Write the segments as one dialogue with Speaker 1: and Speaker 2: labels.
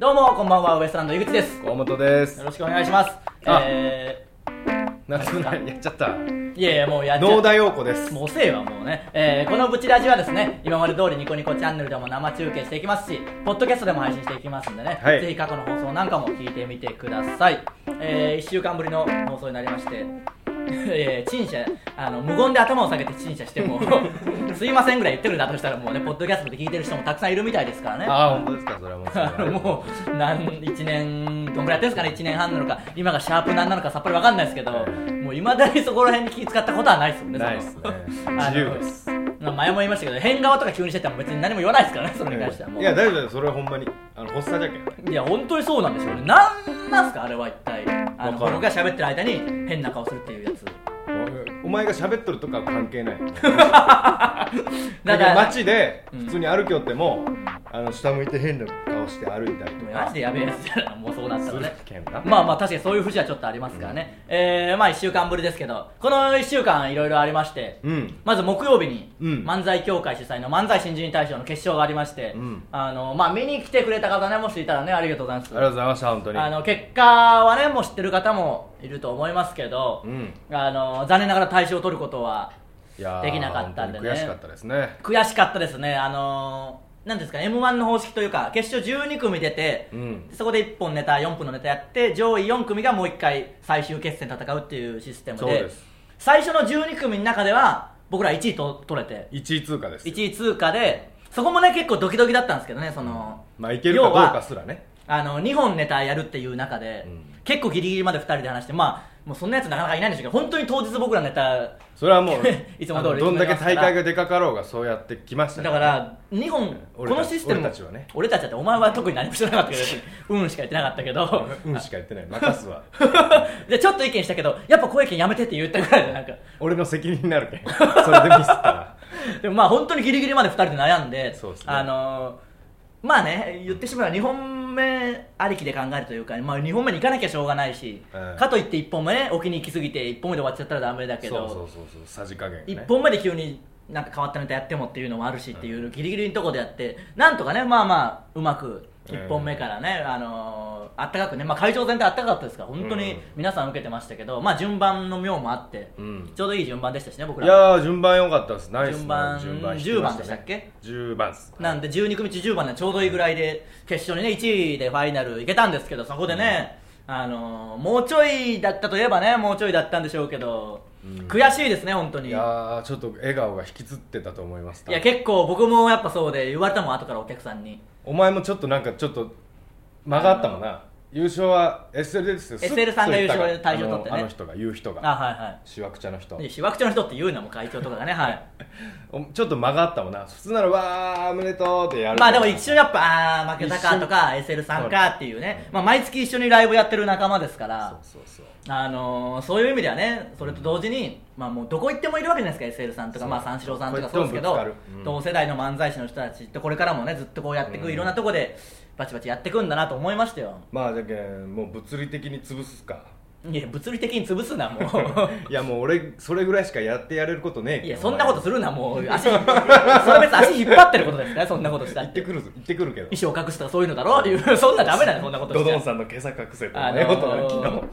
Speaker 1: どうもこんばんはウエストランド井口です
Speaker 2: 河本です
Speaker 1: よろしくお願いします
Speaker 2: あ
Speaker 1: え
Speaker 2: 夏村やっちゃった
Speaker 1: ー、いやいやもうやっちゃ
Speaker 2: 農田陽子です
Speaker 1: もう遅えわもうね、えーこのブチラジはですね今まで通りニコニコチャンネルでも生中継していきますしポッドキャストでも配信していきますんでね、
Speaker 2: はい
Speaker 1: ぜひ過去の放送なんかも聞いてみてください、え1週間ぶりの放送になりまして えー陳謝あの無言で頭を下げて陳謝して もすいませんぐらい言ってるんだとしたらもうねポッドキャストで聞いてる人もたくさんいるみたいですからね
Speaker 2: ああ本当ですかそれはもう
Speaker 1: あの もう何1年どんぐらいやってるんですかね1年半なのか今がシャープ何なのかさっぱりわかんないですけどもういまだにそこら辺に気使ったことはないですもんねその
Speaker 2: ないですね
Speaker 1: あの
Speaker 2: 自由です
Speaker 1: まあ前も言いましたけど変顔とか急にしてても別に何も言わないですからねそれに関してはもう
Speaker 2: いや大丈夫だよそれはほんまにあの発作じゃけん
Speaker 1: いや本当にそうなんですよねなんなんすかあれは一体あの
Speaker 2: わからん
Speaker 1: 僕が喋ってる間に変な顔するっていうやつ
Speaker 2: お前が喋っとるとかは関 係ない
Speaker 1: だ
Speaker 2: だ
Speaker 1: か
Speaker 2: からら街で
Speaker 1: うん
Speaker 2: 普通に歩きよってもあの下向いて変な顔して歩いたりと
Speaker 1: マジ
Speaker 2: か
Speaker 1: でやべえやつだなもうそうなった
Speaker 2: す
Speaker 1: ら
Speaker 2: る
Speaker 1: ね
Speaker 2: けんな
Speaker 1: まあまあ確かにそういう節はちょっとありますからね、えー、まあ1週間ぶりですけどこの1週間いろいろありまして、
Speaker 2: うん
Speaker 1: まず木曜日に
Speaker 2: うん
Speaker 1: 漫才協会主催の漫才新人大賞の決勝がありまして、
Speaker 2: うん
Speaker 1: あのまあ、見に来てくれた方ねもしいたらねありがとうございま
Speaker 2: あ
Speaker 1: す
Speaker 2: りがとうございました本当に
Speaker 1: あの結果はねもう知ってる方もいると思いますけど、
Speaker 2: うん
Speaker 1: あの残念ながら大賞を取ることはい
Speaker 2: やー
Speaker 1: できなかったんでね
Speaker 2: 本当に悔しかったですね
Speaker 1: 悔しかったですねあのなんですか m 1の方式というか決勝12組出て、
Speaker 2: うん
Speaker 1: そこで1本ネタ4分のネタやって上位4組がもう1回最終決戦戦うっていうシステムで
Speaker 2: そうです
Speaker 1: 最初の12組の中では僕ら1位と取れて
Speaker 2: 1位通過ですよ
Speaker 1: 1位通過でそこもね結構ドキドキだったんですけどねその、
Speaker 2: まあいけるかどう
Speaker 1: 要
Speaker 2: か
Speaker 1: は
Speaker 2: すらね
Speaker 1: あの2本ネタやるっていう中で、
Speaker 2: うん
Speaker 1: 結構ギリギリまで2人で話してまあもうそんなやつなかなかいないんでしょうけど本当に当日僕らネタ
Speaker 2: それはもう
Speaker 1: いつも通り
Speaker 2: あのどんだけ大会がでかかろうがそうやってきました
Speaker 1: だ
Speaker 2: ね
Speaker 1: から2本こ
Speaker 2: 俺た
Speaker 1: のシステム
Speaker 2: 俺たちはね
Speaker 1: 俺たちだってお前は特に何もしてなかったけどうんしか言ってなかったけど
Speaker 2: うんしか言ってない任すわ
Speaker 1: でちょっと意見したけどやっぱ声意見やめてって言ったぐらいでなんか
Speaker 2: 俺の責任になるけん それでミスったら
Speaker 1: でもまあ本当にギリギリまで2人で悩んで
Speaker 2: そうですね
Speaker 1: あのーまあね言ってしまえば2本目ありきで考えるというか、まあ、2本目に行かなきゃしょうがないし、
Speaker 2: うん
Speaker 1: かといって1本目ね置きに行きすぎて1本目で終わっちゃったらダメだけ
Speaker 2: そ
Speaker 1: ど
Speaker 2: うそうそうそうさじ加減がね
Speaker 1: 1本目で急になんか変わったネタやってもっていうのもあるしっていうギリギリのとこでやってなんとかねまあまあうまく1本目からね、あのーあったかくね、まあ、会場全体あったかかったですから本当
Speaker 2: う
Speaker 1: に
Speaker 2: ん
Speaker 1: 皆さん受けてましたけど、まあ順番の妙もあって、
Speaker 2: うん
Speaker 1: ちょうどいい順番でしたしね僕ら
Speaker 2: いやー順番良かったですナイス
Speaker 1: 順番10番でしたっけ
Speaker 2: 10番っす
Speaker 1: なんで12組中10番でちょうどいいぐらいで決勝にね1位でファイナル行けたんですけどそこでね、あのーもうちょいだったといえばねもうちょいだったんでしょうけど、
Speaker 2: うん
Speaker 1: 悔しいですね本当に
Speaker 2: い
Speaker 1: い
Speaker 2: や
Speaker 1: や
Speaker 2: ーちょっと笑顔が引きつってたと思います
Speaker 1: 結構僕もやっぱそうで言われたもん後からお客さんに
Speaker 2: お前もちょっとなんかちょっと間があったもんな優勝は SL ですよ
Speaker 1: SL さんが優勝で
Speaker 2: スッと言
Speaker 1: 大賞取ってね
Speaker 2: あのあの人が言う人
Speaker 1: あ
Speaker 2: が
Speaker 1: はいはい
Speaker 2: しわくちゃの人
Speaker 1: でしわくちゃの人って言うなもう会長とかがねはい
Speaker 2: おちょっと間があったもんな普通ならわーおめでとうってやる
Speaker 1: まあでも一緒にやっぱあー負けたかとか SL さんかっていうね、まあ、毎月一緒にライブやってる仲間ですから
Speaker 2: そうそうそう
Speaker 1: あのーそういう意味ではねそれと同時に、まあ、もうどこ行ってもいるわけじゃないですか SL さんとか、
Speaker 2: そう
Speaker 1: まあ、三四郎さんとかそうですけ
Speaker 2: ど
Speaker 1: ど
Speaker 2: こ行ってもぶつかるうん
Speaker 1: 同世代の漫才師の人たちってこれからもねずっとこうやっていく、
Speaker 2: うん
Speaker 1: いろんなとこでバチバチやっていくんだなと思いましたよ
Speaker 2: まあじゃけんもう物理的に潰すか
Speaker 1: いや物理的に潰すなも う
Speaker 2: いやもう俺それぐらいしかやってやれることねえけ
Speaker 1: い
Speaker 2: ど
Speaker 1: やそんなことするなもう足それは別に足引っ張ってることですねそんなことした
Speaker 2: 言
Speaker 1: っ
Speaker 2: っててくるぞ言ってくるけど
Speaker 1: 衣装隠すとかそういうのだろっていうそんなダメだよそんなことし
Speaker 2: ド
Speaker 1: ち
Speaker 2: ド
Speaker 1: ゃ
Speaker 2: ンさんの今朝隠せと
Speaker 1: あ
Speaker 2: か
Speaker 1: の
Speaker 2: ね
Speaker 1: ー
Speaker 2: ことが昨日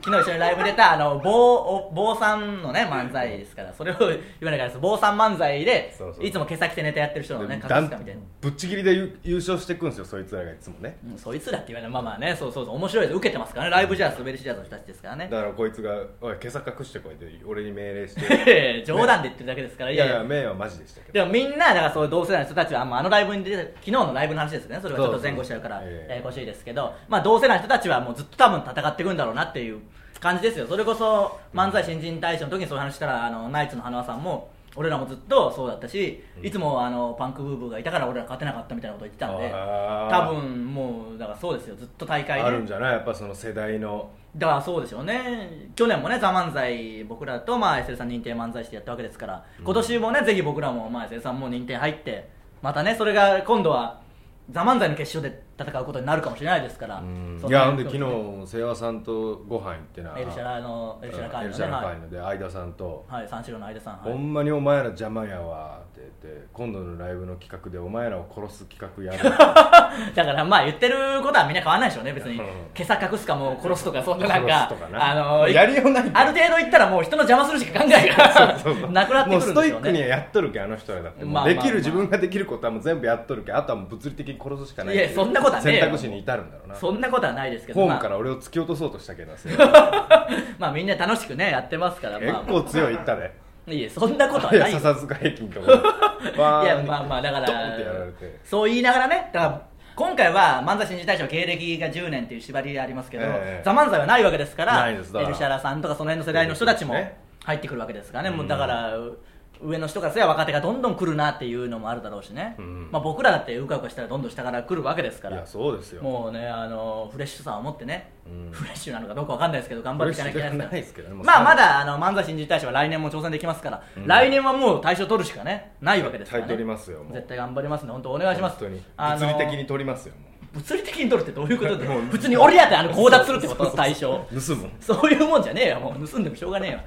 Speaker 1: 昨日一緒にライブ出たあの坊お坊さんのね漫才ですからそれを言わないからです坊さん漫才で
Speaker 2: そうそう
Speaker 1: いつも毛先でネタやってる人のね
Speaker 2: で
Speaker 1: 隠
Speaker 2: だ
Speaker 1: すかみたいなん
Speaker 2: ぶっちぎりで優優勝してくんですよそいつらがいつもね
Speaker 1: うんそいつらって言わないまあまあねそうそうそう面白いです受けてますからねライブじゃ滑り知らずの人たちですから
Speaker 2: だ
Speaker 1: ね
Speaker 2: からこいつが「おい今朝隠してこい」って俺に命令し て
Speaker 1: ええ冗談で言ってるだけですから
Speaker 2: い
Speaker 1: い
Speaker 2: や
Speaker 1: や
Speaker 2: い
Speaker 1: い
Speaker 2: や
Speaker 1: や
Speaker 2: 名はマジでしたけど
Speaker 1: でもみんなだからそういう同世代の人たちはまああのライブに出て昨日のライブの話ですねそれはちょっと前後しちゃうから
Speaker 2: そうそうそうええ
Speaker 1: ややこしいですけど、まあ、同世代の人たちはもうずっと多分戦っていくんだろうなっていう感じですよそれこそ漫才新人大賞の時にそういう話したらあのナイツの花輪さんも俺らもずっとそうだったし、いつもあのパンクブーブーがいたから俺ら勝てなかったみたいなこと言ってたんで
Speaker 2: あー
Speaker 1: 多分もうだからそうですよずっと大会で
Speaker 2: あるんじゃないやっぱその世代の
Speaker 1: だからそうでしょうね去年もね「ザ漫才僕らと、まあ、SL さん認定漫才してやったわけですから今年もね、ぜひ僕らも、まあ、SL さんも認定入ってまたねそれが今度は「ザ漫才の決勝で戦うことになるかもしれないですから
Speaker 2: うん
Speaker 1: そ
Speaker 2: い
Speaker 1: な
Speaker 2: やほんで昨
Speaker 1: そうすね
Speaker 2: 日清和さんとご飯行ってな
Speaker 1: エルシャラのエルシャラ会の
Speaker 2: エル
Speaker 1: ね
Speaker 2: シャラ
Speaker 1: は
Speaker 2: 会ので相田さんと
Speaker 1: い、はい、三四郎の相田さん、は
Speaker 2: ほ
Speaker 1: い、
Speaker 2: んまにお前ら邪魔やわって言って今度のライブの企画でお前らを殺す企画やる
Speaker 1: だからまあ言ってることはみんな変わらないでしょうね別に
Speaker 2: うん
Speaker 1: 今朝隠すかもう殺すとかそんななんか
Speaker 2: 殺すとかな
Speaker 1: あの
Speaker 2: やりようないんだ
Speaker 1: ある程度言ったらもう人の邪魔するしか考えが
Speaker 2: そうそ う
Speaker 1: なくなって
Speaker 2: もう
Speaker 1: くる
Speaker 2: ス
Speaker 1: んで
Speaker 2: ト
Speaker 1: す
Speaker 2: イ
Speaker 1: よ
Speaker 2: ックに
Speaker 1: ね
Speaker 2: やっとるけんあの人らだって、もう
Speaker 1: まあまあまあ
Speaker 2: できる自分ができることはもう全部やっとるけんあとはもう物理的に殺すしかない
Speaker 1: いやそんなことはねえ
Speaker 2: 選
Speaker 1: よ
Speaker 2: 択肢に至るんだろうな
Speaker 1: そんなことはないですけど
Speaker 2: ホー
Speaker 1: ま
Speaker 2: ムか
Speaker 1: あ
Speaker 2: ら俺を突き落とそうとしたけど、それ
Speaker 1: まあみんな楽しくねやってますから
Speaker 2: 結
Speaker 1: まあま
Speaker 2: 構強い言ったで、
Speaker 1: あいやそんなことはいな
Speaker 2: や
Speaker 1: いよ
Speaker 2: 笹塚平均とか
Speaker 1: い
Speaker 2: バーン
Speaker 1: やまあまあだか
Speaker 2: ドンってやら
Speaker 1: ら
Speaker 2: れて
Speaker 1: そう言いながらねだから今回は漫才新人大賞芸歴が10年っていう縛りありますけど、
Speaker 2: ええ
Speaker 1: ザ・漫才はないわけですから
Speaker 2: ないですだから
Speaker 1: エルシャラさんとかその辺の世代の人たちも
Speaker 2: そうですね
Speaker 1: 入ってくるわけですからねも
Speaker 2: う
Speaker 1: うんだから上の人からすれば若手がどんどん来るなっていうのもあるだろうしね、
Speaker 2: うん
Speaker 1: まあ、僕らだってうかうかしたらどんどん下から来るわけですか
Speaker 2: い
Speaker 1: ら
Speaker 2: やそうですよ
Speaker 1: もうねあのフレッシュさを持ってね、
Speaker 2: うん
Speaker 1: フレッシュなのかどうかわかんないですけど頑張っていかなきゃいけない
Speaker 2: フレッシュではないですけどねもう
Speaker 1: まあまだあの漫才新人大賞は来年も挑戦できますから、
Speaker 2: うん
Speaker 1: 来年はもう大賞取るしかねないわけですから、ね、
Speaker 2: 絶対取りますよもう
Speaker 1: 絶対頑張りますね本当お願いします
Speaker 2: 本当に
Speaker 1: あの
Speaker 2: 物理的に取りますよも
Speaker 1: 物理的に取るってどういうことで
Speaker 2: もう
Speaker 1: 普通に俺やってあの強奪するってこと
Speaker 2: そうそうそう
Speaker 1: 対象
Speaker 2: う盗む
Speaker 1: そういうもんじゃねえよもう盗んでもしょうがねえよ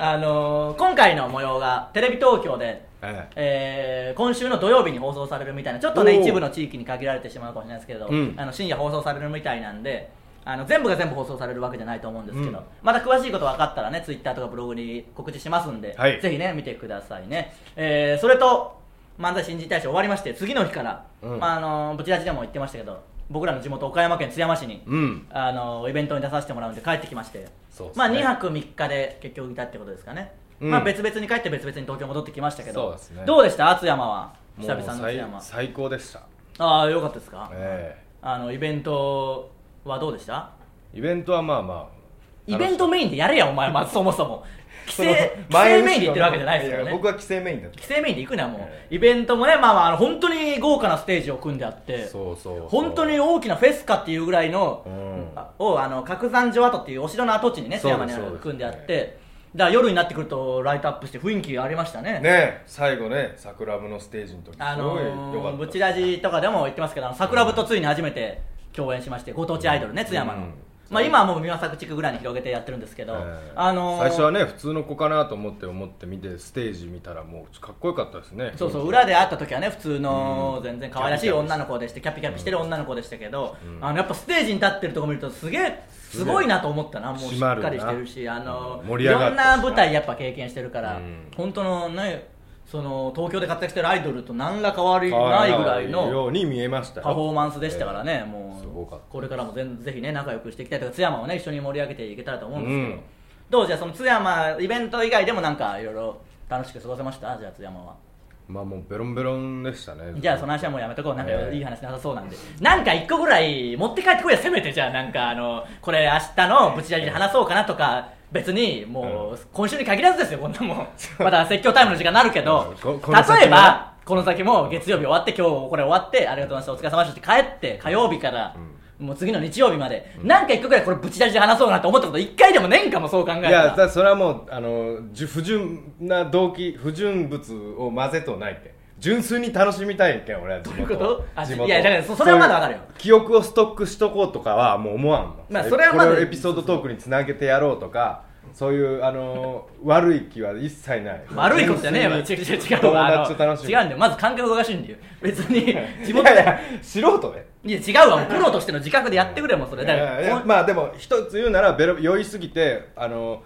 Speaker 1: あの今回の模様がテレビ東京で
Speaker 2: ええ
Speaker 1: えー今週の土曜日に放送されるみたいなちょっとね
Speaker 2: おー
Speaker 1: 一部の地域に限られてしまうかもしれないですけど、
Speaker 2: うん
Speaker 1: あの深夜放送されるみたいなんであの全部が全部放送されるわけじゃないと思うんですけど、
Speaker 2: うん
Speaker 1: また詳しいこと分かったらねツイッターとかブログに告知しますんで、
Speaker 2: はい
Speaker 1: ぜひね見てくださいね、えーそれと漫才新人大賞終わりまして次の日から、
Speaker 2: うん
Speaker 1: まあ、あのブチラジでも言ってましたけど僕らの地元岡山県津山市に、
Speaker 2: うん
Speaker 1: あのイベントに出させてもらうんで帰ってきまして、
Speaker 2: そうっす
Speaker 1: ま
Speaker 2: ね
Speaker 1: あ、2泊3日で結局いたってことですかね、
Speaker 2: うん
Speaker 1: まあ、別々に帰って別々に東京戻ってきましたけど
Speaker 2: そうですね
Speaker 1: どうでした厚山は
Speaker 2: もう
Speaker 1: 久々の厚山
Speaker 2: 最最高でした
Speaker 1: ああよかったですか、
Speaker 2: え
Speaker 1: あのイベントはどうでした
Speaker 2: えイベントはまあまあ
Speaker 1: イベント
Speaker 2: 楽し
Speaker 1: メインでやれやお前 まずそもそも規
Speaker 2: その
Speaker 1: 制規制
Speaker 2: 前の
Speaker 1: メイン
Speaker 2: 日
Speaker 1: で言ってるわけじゃないですよ
Speaker 2: や
Speaker 1: ね
Speaker 2: 僕は規制メインだった
Speaker 1: 規制メインで行くなもう、
Speaker 2: え
Speaker 1: イベントもねまあまああの本当に豪華なステージを組んであって
Speaker 2: そうそうそう
Speaker 1: 本当に大きなフェスかっていうぐらいの、
Speaker 2: うん
Speaker 1: あをあの角山城跡っていうお城の跡地にね
Speaker 2: そ
Speaker 1: 津
Speaker 2: う
Speaker 1: 山に
Speaker 2: そうです
Speaker 1: 組んであって、だから夜になってくるとライトアップして雰囲気ありましたね
Speaker 2: ね最後ね桜部のステージの時すごい
Speaker 1: あ
Speaker 2: 良か
Speaker 1: の
Speaker 2: っ
Speaker 1: ー、
Speaker 2: た
Speaker 1: ブチラジとかでも言ってますけどあの桜部とついに初めて共演しましてご当地アイドルね津山の、
Speaker 2: うん
Speaker 1: まあ、今はもう三輪作地区ぐらいに広げてやってるんですけど、
Speaker 2: ええ
Speaker 1: あのー
Speaker 2: 最初はね普通の子かなと思って思って見てステージ見たらもうかっこよかったですね
Speaker 1: そうそう
Speaker 2: 雰囲気
Speaker 1: 裏で会った時はね普通の
Speaker 2: うん
Speaker 1: 全然可愛らしい女の子でしてキャピキャピしてる女の子でしたけど、
Speaker 2: うん
Speaker 1: あのやっぱステージに立ってるとこ見るとすげえすごいなと思ったなもうしっ
Speaker 2: 締まる
Speaker 1: か
Speaker 2: な
Speaker 1: りしてるしあの、
Speaker 2: うん盛
Speaker 1: い
Speaker 2: り上
Speaker 1: ろ
Speaker 2: が
Speaker 1: ん
Speaker 2: ったし
Speaker 1: な舞台やっぱ経験してるから、
Speaker 2: うん
Speaker 1: 本当のねその東京で活躍してるアイドルと何ら変わりないぐらい
Speaker 2: 可愛よ
Speaker 1: の
Speaker 2: うに見えましたよ
Speaker 1: パフォーマンスでしたからね、も
Speaker 2: すごかっ
Speaker 1: う
Speaker 2: た
Speaker 1: これからもぜんぜひね仲良くしていきたいとか津山をね一緒に盛り上げていけたらと思うんですけど、
Speaker 2: うん
Speaker 1: どうじゃあその津山イベント以外でもなんかいろいろ楽しく過ごせましたじゃあ津山は。
Speaker 2: まあもうベロンベロンでしたね
Speaker 1: じゃあその話はもうやめとこうなんか
Speaker 2: ええ
Speaker 1: いい話なさそうなんで、なんか一個ぐらい持って帰ってこいよせめてじゃあなんかあのこれ明日のブチラジで話そうかなとか別にもう今週に限らずですよこんなも んまだ説教タイムの時間になるけど
Speaker 2: ここの先もね
Speaker 1: 例えばこの先も月曜日終わって今日これ終わってありがとうございましたお疲れ様でしたって帰って火曜日から、もう次の日曜日まで、なんか一個ぐらいこれブチラジで話そうかなと思ったこと一回でも年間もそう考えたら
Speaker 2: いやだからそれはもうあのじゅ不純な動機不純物を混ぜとないけん純粋に楽しみたいけん俺は地
Speaker 1: どういう
Speaker 2: 元
Speaker 1: ことあ
Speaker 2: 地元
Speaker 1: いやだからそそれはまだわかるよ
Speaker 2: そういう記憶をストックしとこうとかはもう思わんもん
Speaker 1: まあそれはまだ
Speaker 2: これをエピソードトークにつなげてやろうとかそういうあの悪い気は一切ない
Speaker 1: 悪いことじゃねえわ違う
Speaker 2: 純
Speaker 1: 違う違
Speaker 2: 粋
Speaker 1: う
Speaker 2: に
Speaker 1: 違う
Speaker 2: 友
Speaker 1: あ
Speaker 2: 達と楽し
Speaker 1: の違
Speaker 2: む
Speaker 1: うんだよまず感覚がおかしいんだよ別 に地元
Speaker 2: いやいや素人で
Speaker 1: いや違うわもうプロとしての自覚でやってくれもうそれだか
Speaker 2: いやいや
Speaker 1: らこん
Speaker 2: まあでも一つ言うならベロ酔いすぎてあの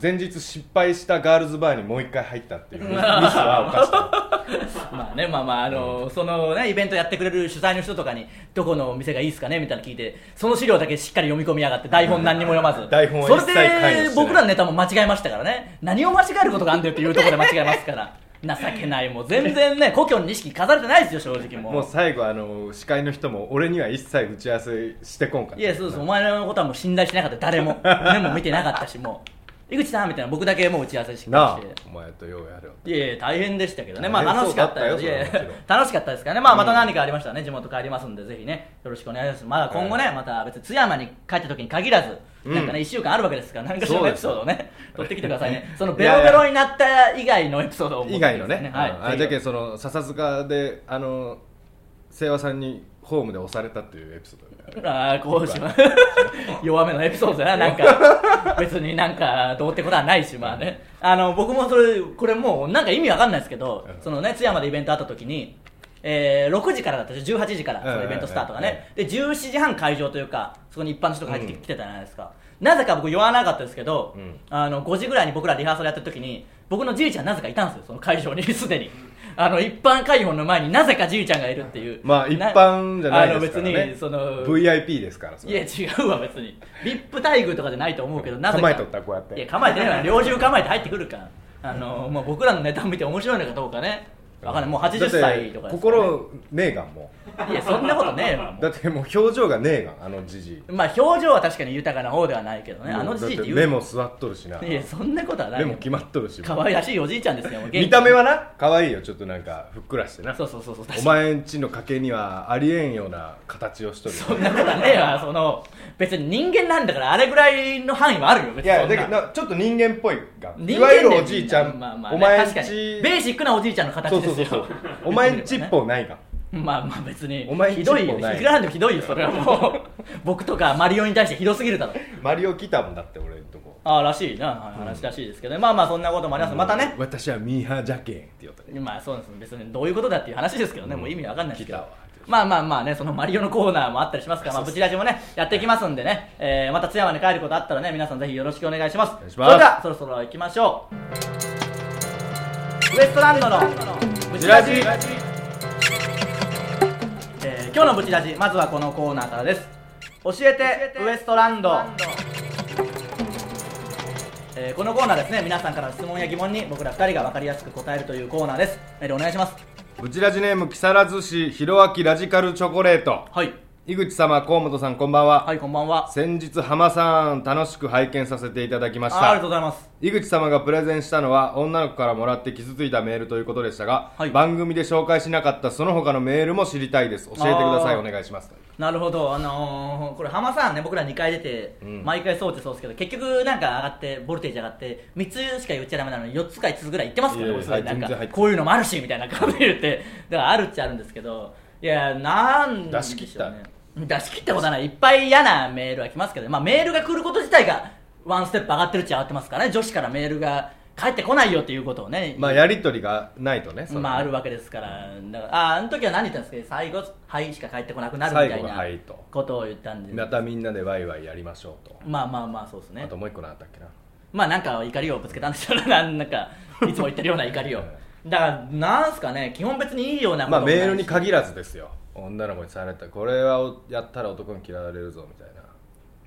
Speaker 2: 前日失敗したガールズバーにもう一回入ったっていうミスは犯した
Speaker 1: まあねまあまああのそのねイベントやってくれる主催の人とかにどこのお店がいいですかねみたいなの聞いてその資料だけしっかり読み込みやがって台本何にも読まず
Speaker 2: 台本は
Speaker 1: そ
Speaker 2: 一
Speaker 1: れ
Speaker 2: 切関与してない
Speaker 1: で僕らのネタも間違えましたからね何を間違えることがあんだよっていうところで間違えますから情けないもう全然ね故郷に意識飾れてないですよ正直もう
Speaker 2: もう最後あの司会の人も俺には一切打ち合わせしてこんかった
Speaker 1: いやそうですお前のことはもう信頼してなかった誰 も目も見てなかったしもう井口さんみたいな僕だけもう打ち合わせしてき
Speaker 2: な
Speaker 1: た
Speaker 2: あ
Speaker 1: し
Speaker 2: お前とようやるよ
Speaker 1: いやいや大変でしたけどねまあ
Speaker 2: 大変
Speaker 1: 楽しかったよ
Speaker 2: そうだったよ
Speaker 1: いや
Speaker 2: それはいもち
Speaker 1: や楽しかったですからねまあまた何かありましたらね、地元帰りますんでぜひねよろしくお願いしますまだ今後ね、
Speaker 2: は
Speaker 1: また別に津山に帰った時に限らず、
Speaker 2: うん
Speaker 1: なんかね1週間あるわけですから何かしらのエピソードを ね取ってきてくださいねそのベ
Speaker 2: いや
Speaker 1: ロ
Speaker 2: い
Speaker 1: ベ
Speaker 2: や
Speaker 1: ロになった以外のエピソードを持ってき
Speaker 2: 以
Speaker 1: て
Speaker 2: 外のね、
Speaker 1: はい
Speaker 2: あじゃけんその笹塚であの清和さんにホームで押されたっていうエピソードがある
Speaker 1: ああこうしま 弱めのエピソードだななんか別になんかどうってことはないしまあねあの僕もそれこれもうなんか意味わかんないですけど、
Speaker 2: うん
Speaker 1: そのね津山でイベントあった時に、えー6時からだったでしょ18時からそのイベントスタートがね、で17時半会場というかそこに一般の人が入ってきてたじゃないですか、なぜか僕言わなかったですけど、
Speaker 2: うん
Speaker 1: あの5時ぐらいに僕らリハーサルやってる時に僕のじいちゃんなぜかいたんですよその会場にすでにあの一般会合の前になぜかじいちゃんがいるっていう
Speaker 2: まあ一般じゃないですからね
Speaker 1: あの別にその
Speaker 2: VIP ですからそ
Speaker 1: い
Speaker 2: れ
Speaker 1: や違うわ別に VIP 待遇とかじゃないと思うけどなぜか
Speaker 2: 構えとったらこうやって
Speaker 1: いや構えてないわ猟銃構えて入ってくるからあのもう僕らのネタ見て面白いのかどうかねわかんないもう80歳とかですからね
Speaker 2: だって心ねえがんも
Speaker 1: いやそんなことねえわも
Speaker 2: うだってもう表情がねえがんあのじじいう
Speaker 1: まあ表情は確かに豊かな方ではないけどねあのじじいって言う
Speaker 2: 目も座っとるしない
Speaker 1: やそんなことはない
Speaker 2: 目
Speaker 1: よ
Speaker 2: も決まっとるし
Speaker 1: 可愛らしいおじいちゃんですよもう元気
Speaker 2: 見た目はな可愛いよちょっとなんかふっくらしてな
Speaker 1: そうそうそうそう
Speaker 2: お
Speaker 1: 確かに
Speaker 2: 前んちの家系にはありえんような形をしとるよ
Speaker 1: そんなことはねえわその別に人間なんだからあれぐらいの範囲はあるよ別
Speaker 2: い
Speaker 1: にそ
Speaker 2: や
Speaker 1: んな
Speaker 2: だけどなちょっと人間っぽいがんい
Speaker 1: 人
Speaker 2: わ
Speaker 1: 間だ
Speaker 2: ゆ
Speaker 1: よ
Speaker 2: るおじいちゃん、
Speaker 1: まあまあ
Speaker 2: お
Speaker 1: ね
Speaker 2: 前ん
Speaker 1: 確かに
Speaker 2: ち
Speaker 1: ベーシックなおじいちゃんの形
Speaker 2: そう
Speaker 1: です
Speaker 2: そう
Speaker 1: よ
Speaker 2: そうそう お前んちっぽないがん
Speaker 1: まあまあ別に
Speaker 2: お前んち
Speaker 1: ひどいよ
Speaker 2: もない
Speaker 1: いくらなんでもひどいよそれはもう僕とかマリオに対してひどすぎるだろ
Speaker 2: マリオ来たもんだって俺んとこ
Speaker 1: ああらしいなはい話らしいですけどねまあまあそんなこともありますまたね
Speaker 2: 私はミーハーじゃけんって言おうとね
Speaker 1: まあそうです別にどういうことだっていう話ですけどね
Speaker 2: うん
Speaker 1: もう意味わかんないですけ
Speaker 2: 来
Speaker 1: ど
Speaker 2: たわ
Speaker 1: まあまあまあねそのマリオのコーナーもあったりしますからまあブチラジもねやっていきますんでねえーまた津山に帰ることあったらね皆さんぜひよろしくお願いします
Speaker 2: 願いします
Speaker 1: それではそろそろ行きましょうウエストランドのブチラジえー今日のブチラジまずはこのコーナーからです教えてウエストランドえーこのコーナーですね皆さんからの質問や疑問に僕ら2人が分かりやすく答えるというコーナーですメールお願いします
Speaker 2: ブチラジネーム木更津市ひろあきラジカルチョコレート
Speaker 1: はい
Speaker 2: 井口様河本さんこんばんは、
Speaker 1: はいこんばんは
Speaker 2: 先日浜さん楽しく拝見させていただきまし
Speaker 1: あありが
Speaker 2: た
Speaker 1: とうございます
Speaker 2: 井口様がプレゼンしたのは女の子からもらって傷ついたメールということでしたが、
Speaker 1: はい
Speaker 2: 番組で紹介しなかったその他のメールも知りたいです教えてください
Speaker 1: あー
Speaker 2: お願いします
Speaker 1: なるほどあのーこれ浜さんね僕ら2回出て、
Speaker 2: うん
Speaker 1: 毎回そうってそうですけど結局なんか上がってボルテージ上がって3つしか言っちゃダメなのに4つか5つぐらい言ってますから
Speaker 2: いやい
Speaker 1: ね
Speaker 2: や
Speaker 1: 僕それなん
Speaker 2: 全然入
Speaker 1: か
Speaker 2: って
Speaker 1: こういうのもあるしみたいな感じで言ってだからあるっちゃあるんですけどいやなんでしょう
Speaker 2: 出し切った
Speaker 1: ね出し切ったことはないいっぱい嫌なメールは来ますけど、まあ、メールが来ること自体がワンステップ上がってるっちゃ上がってますからね女子からメールが返ってこないよっていうことをね、
Speaker 2: まあやりとりがないとねその
Speaker 1: まああるわけですから、だからあーあの時は何言ったんですか最後「はい」しか返ってこなくなるみた
Speaker 2: 最
Speaker 1: い
Speaker 2: 後が「はい
Speaker 1: な
Speaker 2: と
Speaker 1: ことを言ったんで
Speaker 2: またみんなでワイワイやりましょうと、
Speaker 1: まあまあまあそうです
Speaker 2: あ
Speaker 1: ね
Speaker 2: ともう一個何あったっけな
Speaker 1: まあなんか怒りをぶつけたんでしょうね なんなんかいつも言ってるような怒 りをだからなんすかね基本別にいいようなこと
Speaker 2: まあ
Speaker 1: もないし
Speaker 2: メールに限らずですよ女の子にされたこれはおやったら男に嫌われるぞみたいな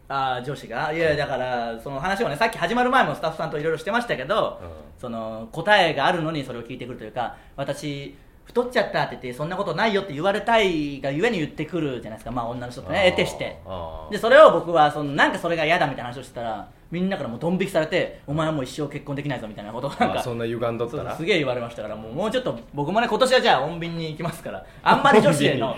Speaker 1: あー女子がいやいやだからその話をねさっき始まる前もスタッフさんといろいろしてましたけど、
Speaker 2: うん
Speaker 1: その答えがあるのにそれを聞いてくるというか私太っちゃったって言ってそんなことないよって言われたいがゆえに言ってくるじゃないですかまあ女の人と
Speaker 2: あー
Speaker 1: ね得てして
Speaker 2: あー
Speaker 1: でそれを僕はそのなんかそれが嫌だみたいな話をしてたらみんなからもうドン引きされてお前はもう一生結婚できないぞみたいなことをなん
Speaker 2: あ
Speaker 1: か
Speaker 2: そんな歪んどっ
Speaker 1: そ
Speaker 2: た
Speaker 1: う
Speaker 2: ら
Speaker 1: すげえ言われましたからもうもうちょっと僕もね今年はじゃあ穏便に行きますからあんまり女子へ
Speaker 2: 穏
Speaker 1: の
Speaker 2: 便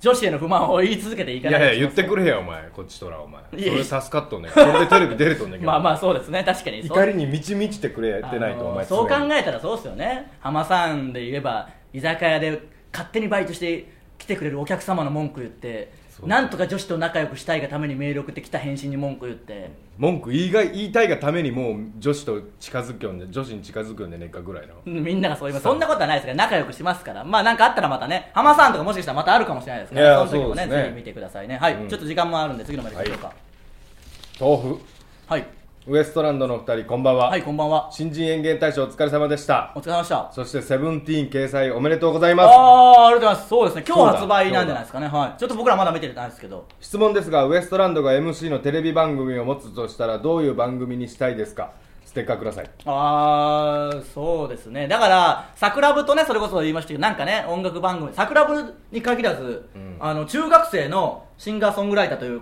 Speaker 1: 女子への不満を言い続けてい
Speaker 2: い
Speaker 1: かない
Speaker 2: やいや
Speaker 1: ようにし
Speaker 2: 言
Speaker 1: ます
Speaker 2: ってくれよお前こっちとらお前そ
Speaker 1: いや
Speaker 2: れ助か っとんねんそれでテレビ出るとんねんけど
Speaker 1: まあまあそうですね確かにそう
Speaker 2: 怒りに満ち満ちてくれてないとお前
Speaker 1: あのーそう考
Speaker 2: え
Speaker 1: えたらそうですよね浜さんで言えば居酒屋で勝手にバイトして来てくれるお客様の文句言って
Speaker 2: そう
Speaker 1: なんとか女子と仲良くしたいがためにメール送ってきた返信に文句言って
Speaker 2: 文句言いが言いたいがためにもう女子と近づくよんで女子に近づくよんでねっかぐらいの
Speaker 1: うんみんながそう言いますそんなことはないですから仲良くしますからまあなんかあったらまたね浜さんとかもしかしたらまたあるかもしれないですか
Speaker 2: いや
Speaker 1: らその時もね
Speaker 2: そうですね
Speaker 1: ぜひ見てくださいねはい、
Speaker 2: うん
Speaker 1: ちょっと時間もあるんで次のまで行きましょうか
Speaker 2: 豆腐
Speaker 1: はい
Speaker 2: ウエストランドのお二人こんばんは、
Speaker 1: はいこんばんは
Speaker 2: 新人演芸大賞お疲れ様でした
Speaker 1: お疲れ様でしたあ
Speaker 2: そしてセブンティーン掲載おめでとうございます
Speaker 1: あーありがとうございますそうですね今
Speaker 2: そう
Speaker 1: 日
Speaker 2: だ
Speaker 1: 発売なんじゃないですかねはいちょっと僕らまだ見てないですけど
Speaker 2: 質問ですがウエストランドが MC のテレビ番組を持つとしたらどういう番組にしたいですかステッカーください
Speaker 1: あーそうですねだから桜部とねそれこそ言いましたけどなんかね音楽番組桜部に限らず、
Speaker 2: うん
Speaker 1: あの中学生のシンガーソングライターという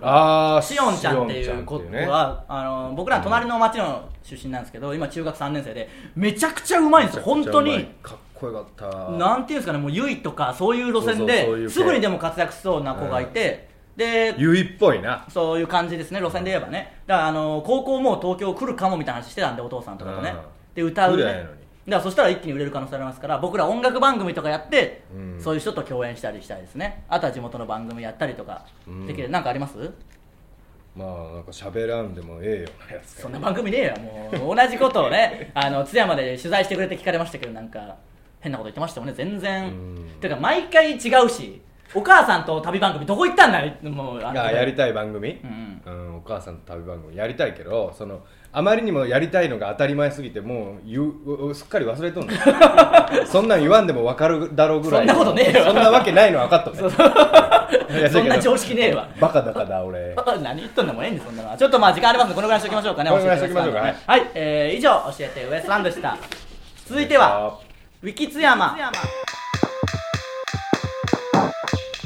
Speaker 1: か
Speaker 2: あー
Speaker 1: しおんちゃんっていう子
Speaker 2: しおんちゃんっていうね
Speaker 1: はあの僕らの隣の町の出身なんですけど今中学3年生でめちゃくちゃうまいんですよ本当に
Speaker 2: かっこよかった
Speaker 1: なんていうんですかねもうゆいとかそういう路線
Speaker 2: そうそうそういう
Speaker 1: で
Speaker 2: 系
Speaker 1: すぐにでも活躍しそうな子がいて、で
Speaker 2: ゆいっぽいな
Speaker 1: そういう感じですね路線で言えばねだからあの高校もう東京来るかもみたいな話してたんでお父さんとかとね、
Speaker 2: うん
Speaker 1: で歌う
Speaker 2: 来るやない
Speaker 1: ね
Speaker 2: のに
Speaker 1: からそしたら一気に売れる可能性ありますから僕ら音楽番組とかやって、
Speaker 2: うん
Speaker 1: そういう人と共演したりしたいですねあとは地元の番組やったりとかできる、
Speaker 2: うん
Speaker 1: なんかあります
Speaker 2: まあなんか喋らんでもええようなやつ
Speaker 1: そんな番組ねえよもう同じことを ねあの津山で取材してくれて聞かれましたけどなんか変なこと言ってましたもんね全然
Speaker 2: うん
Speaker 1: てか毎回違うしお母さんと旅番組どこ行ったんだよもうあの
Speaker 2: あやりたい番組、
Speaker 1: うん
Speaker 2: うんお母さんと旅番組やりたいけどそのあまりにもやりたいのが当たり前すぎてもう言ううすっかり忘れとん のそんなん言わんでも分かるだろうぐらい
Speaker 1: そんなことねえよ
Speaker 2: そんなわけないのは分かっとんねいやだけど
Speaker 1: そんな常識ねえわ
Speaker 2: バカだから俺
Speaker 1: 何言っとんでもええんでそんなのはちょっとまあ時間ありますのでこのぐらいにしておきましょうかね
Speaker 2: このぐらいにしておきましょうか
Speaker 1: はい、はいえー以上教えてウエストランドでした続いてはウィキ津山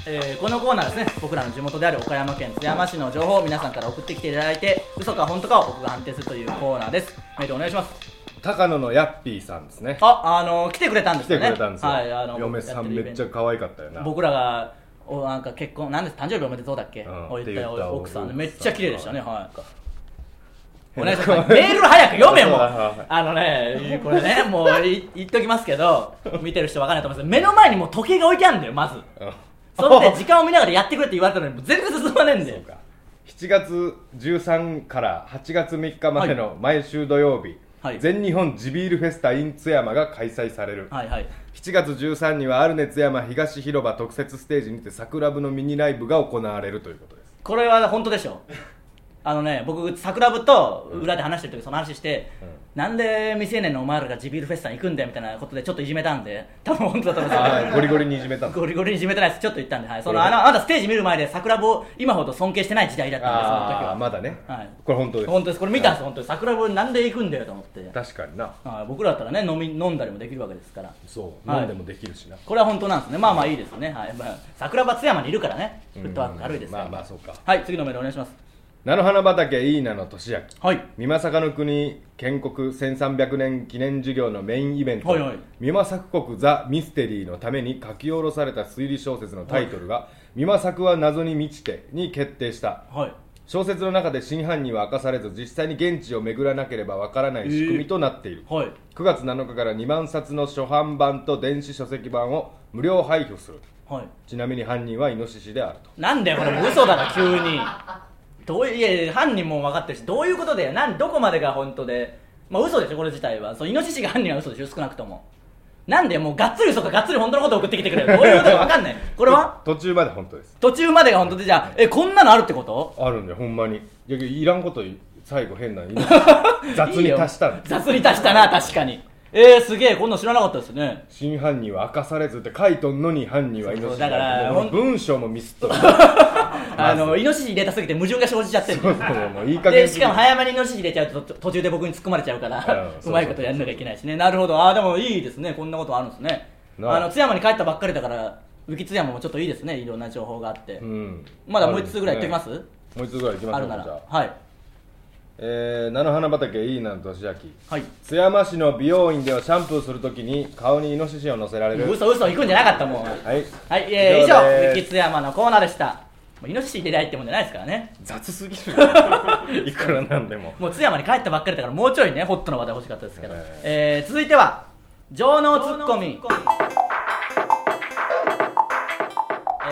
Speaker 1: えーこのコーナーですね僕らの地元である岡山県津山市の情報を皆さんから送ってきていただいて嘘か本当かを僕が判定するというコーナーですメールお願いします
Speaker 2: 高野のヤッピーさんですね
Speaker 1: ああのー来てくれたんで
Speaker 2: 来
Speaker 1: すよ
Speaker 2: て
Speaker 1: ね
Speaker 2: くれたんですよ、
Speaker 1: はいあの
Speaker 2: 嫁さんめっちゃ可愛かったよな
Speaker 1: 僕らがおなんか結婚なんです誕生日おめでとうだっけ、
Speaker 2: うん
Speaker 1: お言ったよ
Speaker 2: って言った
Speaker 1: 奥さ
Speaker 2: 奥さ
Speaker 1: ん
Speaker 2: ん
Speaker 1: めっちゃ綺麗でしたねはいお願
Speaker 2: 変ない
Speaker 1: しますメール早く読めもう
Speaker 2: はいはいはい
Speaker 1: あのねこれねもうい言っときますけど見てる人わかんないと思います目の前にもう時計が置いてあるんだよまず
Speaker 2: うん
Speaker 1: それで時間を見ながらやってくれって言われたのにもう全然進まねえんだ
Speaker 2: そ
Speaker 1: よ
Speaker 2: うか7月13から8月3日までの毎週土曜日、
Speaker 1: はい
Speaker 2: 全日本地ビールフェスタ in 津山が開催される、
Speaker 1: はいはい
Speaker 2: 7月13にはアルネ津山東広場特設ステージにて桜部のミニライブが行われるということです
Speaker 1: これは本当でしょあのね僕桜部と裏で話してる時その話して、
Speaker 2: うん
Speaker 1: なんで未成年のお前らが地ビールフェスタに行くんだよみたいなことでちょっといじめたんで多分本当だと思うんです
Speaker 2: あーゴリゴリにいじめたの
Speaker 1: ゴリゴリにいじめてないですちょっと言ったんで、はい、その
Speaker 2: ゴ
Speaker 1: あ
Speaker 2: リゴリ
Speaker 1: のあなたステージ見る前で桜部を今ほど尊敬してない時代だったんですその時
Speaker 2: あ
Speaker 1: は、
Speaker 2: あまだね、
Speaker 1: はい
Speaker 2: これ本当です
Speaker 1: 本当ですこれ見たんです、本当に桜部なんで行くんだよと思って、
Speaker 2: 確かにな
Speaker 1: はい、僕らだったらね飲み飲んだりもできるわけですから
Speaker 2: そう
Speaker 1: はい
Speaker 2: 飲んでもできるしな、
Speaker 1: これは本当なんですねまあまあいいですね、はいまあ、桜庭津山にいるからねフットワーク軽いですから、
Speaker 2: うんまあまあそうか
Speaker 1: はい次のメールお願いします
Speaker 2: 菜の花畑いいなの俊明
Speaker 1: はい
Speaker 2: 美作の国建国1300年記念授業のメインイベント、
Speaker 1: はいはい
Speaker 2: 美作国ザ・ミステリーのために書き下ろされた推理小説のタイトルが「美作は謎に満ちて」に決定した
Speaker 1: はい
Speaker 2: 小説の中で真犯人は明かされず実際に現地を巡らなければわからない仕組みとなっている、
Speaker 1: はい
Speaker 2: 9月7日から2万冊の初版版と電子書籍版を無料配布する
Speaker 1: はい
Speaker 2: ちなみに犯人はイノシシであると
Speaker 1: なんだよこれもう嘘だな急にどういいやいや犯人も分かってるしどういうことだよなんどこまでが本当でまあ嘘でしょこれ自体はそうイノシシが犯人は嘘でしょ少なくともなんでもうがっつり嘘かがっつり本当のこと送ってきてくれるどういうことか分かんないこれは
Speaker 2: と途中まで本当です
Speaker 1: 途中までが本当でじゃあえこんなのあるってこと
Speaker 2: あるんでほんまにいやいらんこと最後変な イノシシ雑に足した
Speaker 1: いいよ
Speaker 2: んで
Speaker 1: 雑に足したな確かにえー、すげえこんなの知らなかったですね
Speaker 2: 真犯人は明かされずって書いとんのに犯人はイノシシ
Speaker 1: そうだから
Speaker 2: もう文章もミスっ とる
Speaker 1: あのイノシシ入れたすぎて矛盾が生じちゃってる
Speaker 2: そうそうもういい加減
Speaker 1: でしかも早めにイノシシ入れちゃうとと途中で僕に突っ込まれちゃうから
Speaker 2: うん
Speaker 1: うまいことやんなきゃいけないしねなるほどあーでもいいですねこんなことあるんですね
Speaker 2: なあ
Speaker 1: あの津山に帰ったばっかりだから浮き津山もちょっといいですねいろんな情報があって、
Speaker 2: うん
Speaker 1: まだもう一通ぐらい言っときます
Speaker 2: あるんですねもう一通ぐらい行きま
Speaker 1: あ
Speaker 2: す
Speaker 1: る
Speaker 2: か
Speaker 1: な
Speaker 2: じゃ
Speaker 1: ら
Speaker 2: あ
Speaker 1: はい
Speaker 2: えー菜の花畑いいなとしあき
Speaker 1: はい
Speaker 2: 津山市の美容院ではシャンプーするときに顔にイノシシを乗せられる
Speaker 1: 嘘嘘行くんじゃなかったもう
Speaker 2: はい
Speaker 1: はい、えー、以上
Speaker 2: で
Speaker 1: 浮き津山のコーナーでしたもうイノシシ入れないってもんじゃないですからね
Speaker 2: 雑す ぎるいくらなんでも
Speaker 1: もう津山に帰ったばっかりだからもうちょいねホットな話題欲しかったですけど、え
Speaker 2: え
Speaker 1: ー続いては情能ツッコミえー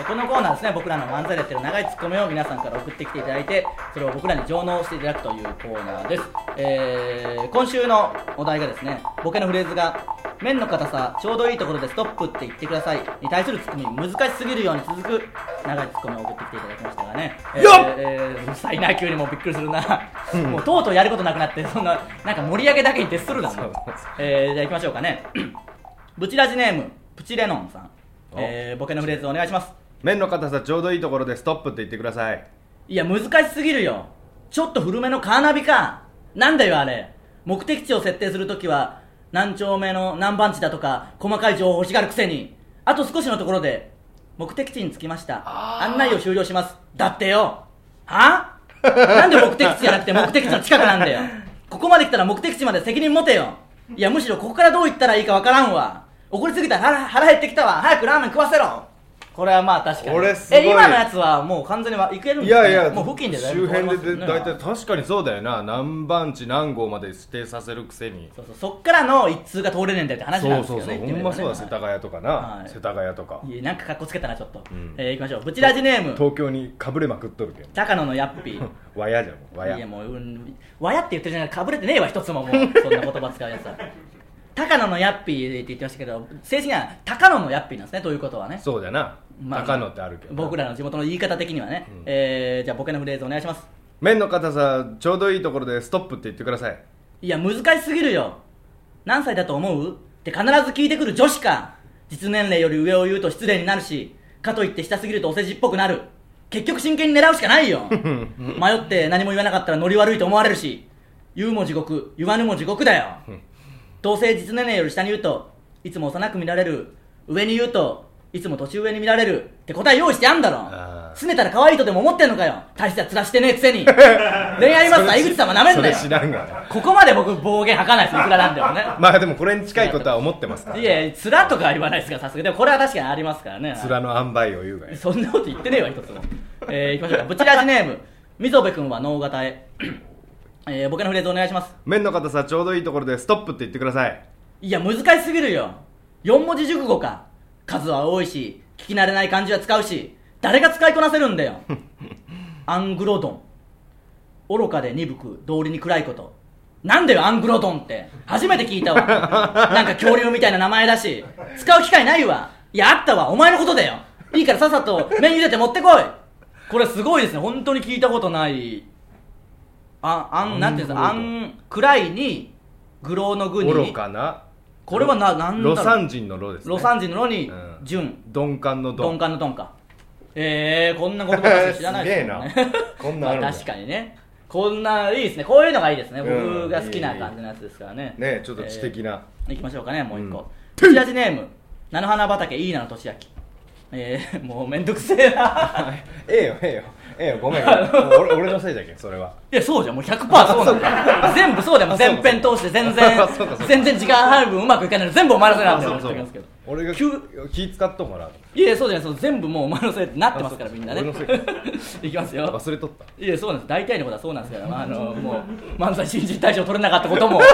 Speaker 1: このコーナーですね僕らの漫才でやってる長いツッコミを皆さんから送ってきていただいてそれを僕らに上納していただくというコーナーです、えー今週のお題がですねボケのフレーズが「麺の硬さちょうどいいところでストップ」って言ってくださいに対するツッコミ難しすぎるように続く長いツッコミを送ってきていただきましたがね、えー
Speaker 2: よっ
Speaker 1: えーうるさいな急にもうびっくりするなもうとうとうやることなくなってそんななんか盛り上げだけに徹するなもう
Speaker 2: そう
Speaker 1: えーじゃあ行きましょうかね ブチラジネームプチレノンさん、
Speaker 2: お
Speaker 1: えーボケのフレーズお願いします
Speaker 2: 麺の硬さちょうどいいところでストップって言ってください
Speaker 1: いや難しすぎるよちょっと古めのカーナビかなんだよあれ目的地を設定するときは何丁目の何番地だとか細かい情報欲しがるくせにあと少しのところで目的地に着きました案内を終了しますだってよはなんで目的地じゃなくて目的地の近くなんだよここまで来たら目的地まで責任持てよいやむしろここからどう行ったらいいかわからんわ怒りすぎたら腹腹減ってきたわ早くラーメン食わせろこれはまあ確かに
Speaker 2: これすごい
Speaker 1: え今のやつはもう完全にわいけるん
Speaker 2: い
Speaker 1: ですか
Speaker 2: や
Speaker 1: ね
Speaker 2: いや
Speaker 1: もう付近でだいぶ
Speaker 2: 周辺でで
Speaker 1: 変わりますよ
Speaker 2: 大体
Speaker 1: ね
Speaker 2: 確かにそうだよな何番地何号まで指定させるくせに
Speaker 1: そうそうそっからの一通が通れねえんだよって話なん
Speaker 2: そう
Speaker 1: です
Speaker 2: そ
Speaker 1: け
Speaker 2: う
Speaker 1: どね言って
Speaker 2: そうほん
Speaker 1: みれば
Speaker 2: ま
Speaker 1: ね
Speaker 2: そうだ世田谷とか
Speaker 1: は
Speaker 2: ない世田谷とか
Speaker 1: いやなんかかっこつけたなちょっと、
Speaker 2: うん
Speaker 1: えー、いきましょうブチラジネーム
Speaker 2: 東京にかぶれまくっとるけん
Speaker 1: 高野のヤッピ ー
Speaker 2: わやじゃんわ
Speaker 1: いや
Speaker 2: や
Speaker 1: もう、うん、わやって言ってるじゃないかぶれてねえわ一つ ももうそんな言葉使うやつは高野のヤッピーって言ってましたけど正式には高野のヤッピーなんですねということはね
Speaker 2: そうだな
Speaker 1: まあ
Speaker 2: 高野ってあるけどな
Speaker 1: 僕らの地元の言い方的にはね、
Speaker 2: うん
Speaker 1: えーじゃあボケのフレーズお願いします
Speaker 2: 麺の硬さちょうどいいところでストップって言ってくだ さい
Speaker 1: いや難しすぎるよ何歳だと思うって必ず聞いてくる女子か実年齢より上を言うと失礼になるしかといって下すぎるとお世辞っぽくなる結局真剣に狙うしかない よ迷って何も言わなかったらノリ悪いと思われるし言うも地獄言わぬも地獄だよどうせ実年齢より下に言うといつも幼く見られる上に言うといつも年上に見られるって答え用意してあんだ
Speaker 2: あ
Speaker 1: ろ
Speaker 2: ー
Speaker 1: 拗ねたら可愛いとでも思ってんのかよ大した面してねえくせ に恋愛マスター井口様なめんなよ
Speaker 2: それ知らんが
Speaker 1: ここまで僕暴言吐かないですいくらなんでもね
Speaker 2: まあでもこれに近いことは思ってますから
Speaker 1: いやつらとかは言わないですからさすがにでもこれは確かにありますからね
Speaker 2: 面の塩梅を言うがよ
Speaker 1: そんなこと言ってねえわ一つもえー、いきましょうかブチラジネーム溝部君は脳型へえー、僕のフレーズお願いします
Speaker 2: 麺の硬さちょうどいいところでストップって言ってください
Speaker 1: いや難しすぎるよ4文字熟語か数は多いし聞き慣れない漢字は使うし誰が使いこなせるんだ よアングロドン愚かで鈍く道理に暗いことなんだよアングロドンって初めて聞い たわなんか恐竜みたいな名前だし使う機会ないわいやあったわお前のことだよいいからさっさと麺茹でて持ってこいこれすごいですね本当に聞いたことないああんなんていうんですか
Speaker 2: ア
Speaker 1: あ
Speaker 2: ン
Speaker 1: ん暗いに愚弄の愚に
Speaker 2: 愚かな
Speaker 1: これはななんだろう
Speaker 2: ロサン人のロですね
Speaker 1: ロサン人のに、
Speaker 2: うん
Speaker 1: 純
Speaker 2: 鈍感の鈍
Speaker 1: 鈍感の鈍かえー、こんな言葉しか知らないですもんね
Speaker 2: す げえなこんなんあるんだ
Speaker 1: まあ確かにねこんないいですねこういうのがいいですね
Speaker 2: うん
Speaker 1: 僕が好きな感じのやつですからね
Speaker 2: ねちょっと知的な、
Speaker 1: えーいきましょうかねもう一
Speaker 2: うん
Speaker 1: 個チラシネーム菜の花畑いいなのとしあきえー、もうめんどくせえ な
Speaker 2: ええよええよええよごめ んごめんもう俺俺のせいじゃけんそれはい
Speaker 1: やそうじゃんもう100%そうなんだよ全部そうだよもう全編通して全然
Speaker 2: あそうかそうか
Speaker 1: 全然時間配分うまくいかないの全部お前のせいなんだよ
Speaker 2: あそう
Speaker 1: 言ってき
Speaker 2: か
Speaker 1: ますけど
Speaker 2: 俺が
Speaker 1: 急
Speaker 2: 気使っとんから
Speaker 1: いやそうじゃないそう全部もうお前のせいってなってますから
Speaker 2: あ
Speaker 1: みんなね
Speaker 2: そうか 俺
Speaker 1: いきますよ
Speaker 2: 忘れとった
Speaker 1: いやそうなんです大体のことはそうなんですから、まあ、あのもう漫才新人大賞取れなかったことも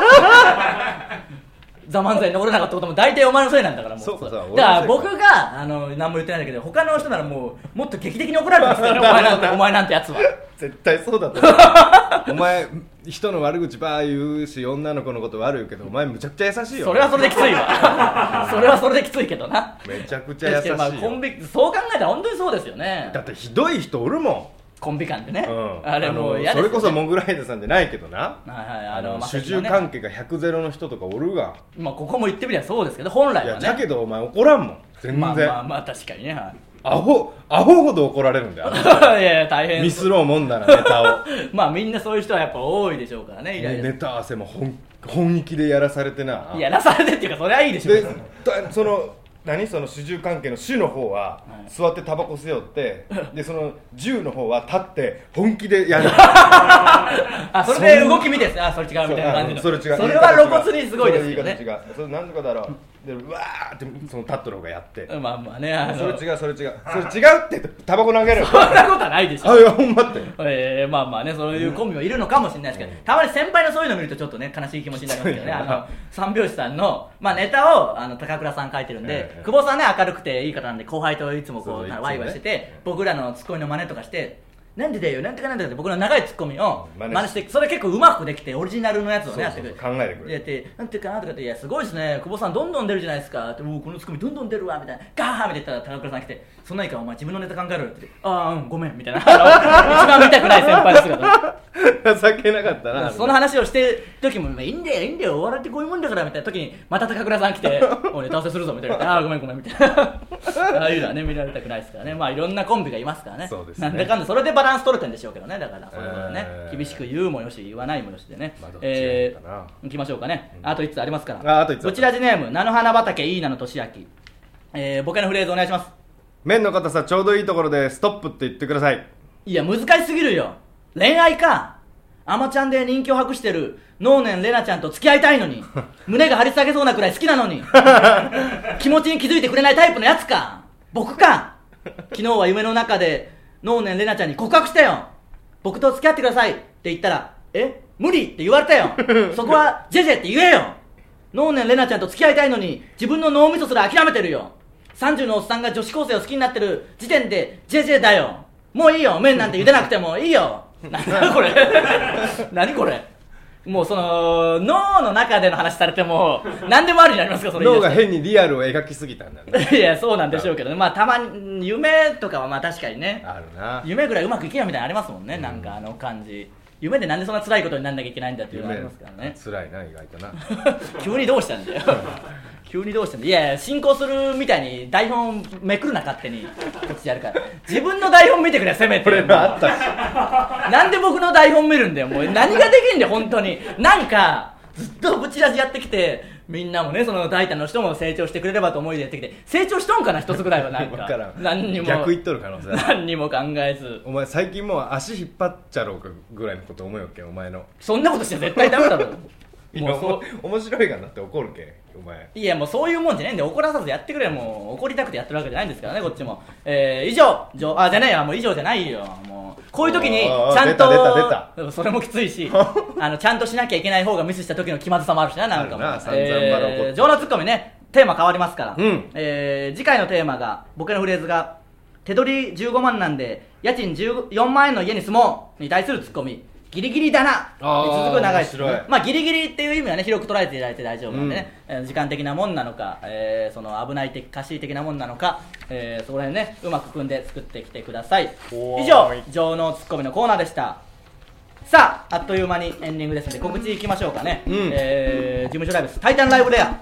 Speaker 1: ザ・漫才に残れなかったことも大体お前のせいなんだからもう
Speaker 2: そうかそ
Speaker 1: だか
Speaker 2: うか
Speaker 1: ら
Speaker 2: 俺のせいか
Speaker 1: 僕があの何も言ってないんだけど他の人ならもうもっと劇的に怒られてます からねお前なんてお前なんてやつは
Speaker 2: 絶対そうだった お前人の悪口ばあ言うし女の子のこと悪いけどお前むちゃくちゃ優しいよ
Speaker 1: それはそれできつい わそれはそれできついけどな
Speaker 2: めちゃくちゃ優しいよ
Speaker 1: 確かにまあコンビそう考えたら本当にそうですよね
Speaker 2: だってひどい人おるも
Speaker 1: コンビ感でね、
Speaker 2: ん、うん、
Speaker 1: あれもう
Speaker 2: の
Speaker 1: 嫌です
Speaker 2: そ
Speaker 1: よ
Speaker 2: れ
Speaker 1: ね
Speaker 2: こそモグライダーさんじゃないけどな
Speaker 1: はいはい
Speaker 2: あ
Speaker 1: あの
Speaker 2: の
Speaker 1: まさ
Speaker 2: 主
Speaker 1: きの
Speaker 2: 従
Speaker 1: ね
Speaker 2: 関係が100ゼロの人とかおるが
Speaker 1: まあここも言ってみりゃそうですけど本来
Speaker 2: いや
Speaker 1: は
Speaker 2: じゃ
Speaker 1: ね
Speaker 2: けどお前怒らんもん全然、
Speaker 1: まあまあまあ確かにねは
Speaker 2: アホアホほど怒られるんだよ
Speaker 1: いいやいや大変
Speaker 2: ミスろうもんだなネタを
Speaker 1: まあみんな そういう人はやっぱ多いでしょうからねイライラ
Speaker 2: ネタ合わせも本本気でやらされてない
Speaker 1: やらされてっていうかそれはいいでしょ
Speaker 2: で
Speaker 1: う
Speaker 2: だその何その主従関係の主の方は
Speaker 1: はい
Speaker 2: 座ってタバコ吸い よって、でその従の方は立って本気でやる
Speaker 1: あそれで動き見てあそれ違うみたいな感じの
Speaker 2: そうあの それ違う
Speaker 1: それは露骨にすごいですよ
Speaker 2: そ
Speaker 1: ね
Speaker 2: れ言い方違うそれ何とかだろうでうわーってその立っとる方がやって、
Speaker 1: まあまあねあの
Speaker 2: それ違うそれ違うそれ違うってタバコ投げ る
Speaker 1: そんなことはないでしょ
Speaker 2: あいやほんまって
Speaker 1: えー、まあまあねそういうコンビもいるのかもしれないですけど、たまに先輩のそういうの見るとちょっとね悲しい気持ちになりますけ どね
Speaker 2: そ
Speaker 1: あ
Speaker 2: うやな
Speaker 1: の三拍子さんの、まあ、ネタをあの高倉さん書いてるんで、
Speaker 2: ええ
Speaker 1: 久保さんね明るくていい方なんで後輩といつも
Speaker 2: そう
Speaker 1: こ
Speaker 2: そう
Speaker 1: う
Speaker 2: いつ
Speaker 1: な
Speaker 2: もね
Speaker 1: ワイワイしてて、
Speaker 2: ええ
Speaker 1: 僕らのツッコミの真似とかして「なんでだよなんとかなんとか」って僕の長いツッコミを
Speaker 2: 真
Speaker 1: 真
Speaker 2: 似
Speaker 1: 似してそれ結構うまくできてオリジナルのやつを
Speaker 2: そう
Speaker 1: ねやっ
Speaker 2: そ
Speaker 1: て
Speaker 2: う
Speaker 1: く
Speaker 2: そ
Speaker 1: れて
Speaker 2: う考えてく
Speaker 1: や
Speaker 2: れ
Speaker 1: ってなんていうかなとかって「いやすごいですね久保さんどんどん出るじゃないですか」って「おうこのツッコミどんどん出るわ」みたいな「ガーッ!」みたいな高倉さん来て「そんないいかお前自分のネタ考えろよ」って「ああうんごめん」みたいなあの一番見たくない先輩の姿
Speaker 2: 情けなかったな
Speaker 1: その話をしてる時も「いいんだよいいんだよ笑ってこういうもんだから」みたいな時にまた高倉さん来 て「おいネタ合わせするぞ」みたいな「ああごめんごめん」みたいなああいうのはね見られたくないですからねまあいろんなコンビがいますからね
Speaker 2: そうですね
Speaker 1: なんだかんだそれでバランス取れてんでしょうけどねだからそれぞれね、
Speaker 2: えー
Speaker 1: 厳しく言うもよし言わないもよしでね、
Speaker 2: まあどっちがいい
Speaker 1: え
Speaker 2: かな
Speaker 1: ー行きましょうかね、あと1つありますから
Speaker 2: ああと一つ
Speaker 1: こちらジネーム菜の花畑いいなのとしあきえー、ボケのフレーズお願いします
Speaker 2: 麺の硬さちょうどいいところでストップって言ってください
Speaker 1: いや難しすぎるよ恋愛かアマちゃんで人気を博してる能年玲奈ちゃんと付き合いたいのに胸が張り下げそうなくらい好きなのに気持ちに気づいてくれないタイプのやつか僕か昨日は夢の中で能年玲奈ちゃんに告白したよ僕と付き合ってくださいって言ったらえ無理って言われたよそこはジェジェって言えよ能年玲奈ちゃんと付き合いたいのに自分の脳みそすら諦めてるよ30のおっさんが女子高生を好きになってる時点でジェジェだよもういいよ麺なんて茹でなくてもいいよなんだこれ何これもうその脳の中での話されても何でもありになりますかそれ言い
Speaker 2: 脳
Speaker 1: 出
Speaker 2: が
Speaker 1: して
Speaker 2: 変にリアルを描きすぎたんだね
Speaker 1: いやそうなんでしょうけどねまあたまに夢とかはまあ確かにね
Speaker 2: あるな
Speaker 1: 夢ぐらいうまくいけよみたいなのありますもんね、なんかあの感じ夢でなんでそんな辛いことになんなきゃいけないんだっていうのがありますから ね
Speaker 2: 辛いな意外 とな
Speaker 1: 急にどうしたんだよ急にどうしたんだよいやいや進行するみたいに台本めくるな勝手にこっちでやるから自分の台本見てくれせめて
Speaker 2: これもあったし
Speaker 1: なんで僕の台本見るんだよもう何ができんだよ本当になんかずっとブチラジやってきてみんなもねその大胆の人も成長してくれればと思いでやってきて成長しとんかな一つぐらいはなん か
Speaker 2: 分からん
Speaker 1: 何にも
Speaker 2: 逆言っとる可能性ある
Speaker 1: 何にも考えず
Speaker 2: お前最近もう足引っ張っちゃろうかぐらいのこと思うよっけお前の
Speaker 1: そんなことして絶対ダメだ ろ
Speaker 2: い
Speaker 1: も
Speaker 2: や
Speaker 1: うそ
Speaker 2: お
Speaker 1: う
Speaker 2: 面白いがなって怒るけんお前
Speaker 1: いやもうそういうもんじゃねえんで怒らさずやってくれもう怒りたくてやってるわけじゃないんですからねこっちも、えー以上じょあじゃねえよもう以上じゃないよもうこういう時にち
Speaker 2: あー
Speaker 1: ゃんと
Speaker 2: 出た出た
Speaker 1: それもきつい しあのちゃんとしなきゃいけない方がミスした時の気まずさもあるしななんかも
Speaker 2: あるな散々まだ怒って
Speaker 1: えー情のツッコミねテーマ変わりますから、
Speaker 2: うん
Speaker 1: えー次回のテーマが僕のフレーズが手取り15万なんで家賃14万円の家に住もうに対するツッコミギリギリだな
Speaker 2: あー
Speaker 1: に続く長いツッコミ
Speaker 2: 面白い
Speaker 1: まあギリギリっていう意味はね広く捉えていただいて大丈夫なんでね、えー時間的なもんなのか、えーその危ない的歌詞的なもんなのか、えーそこら辺ねうまく組んで作ってきてください
Speaker 2: おー
Speaker 1: 以上情のツッコミのコーナーでしたさああっという間にエンディングですので告知いきましょうかね、
Speaker 2: うん
Speaker 1: えー事務所ライブです「タイタンライブレア」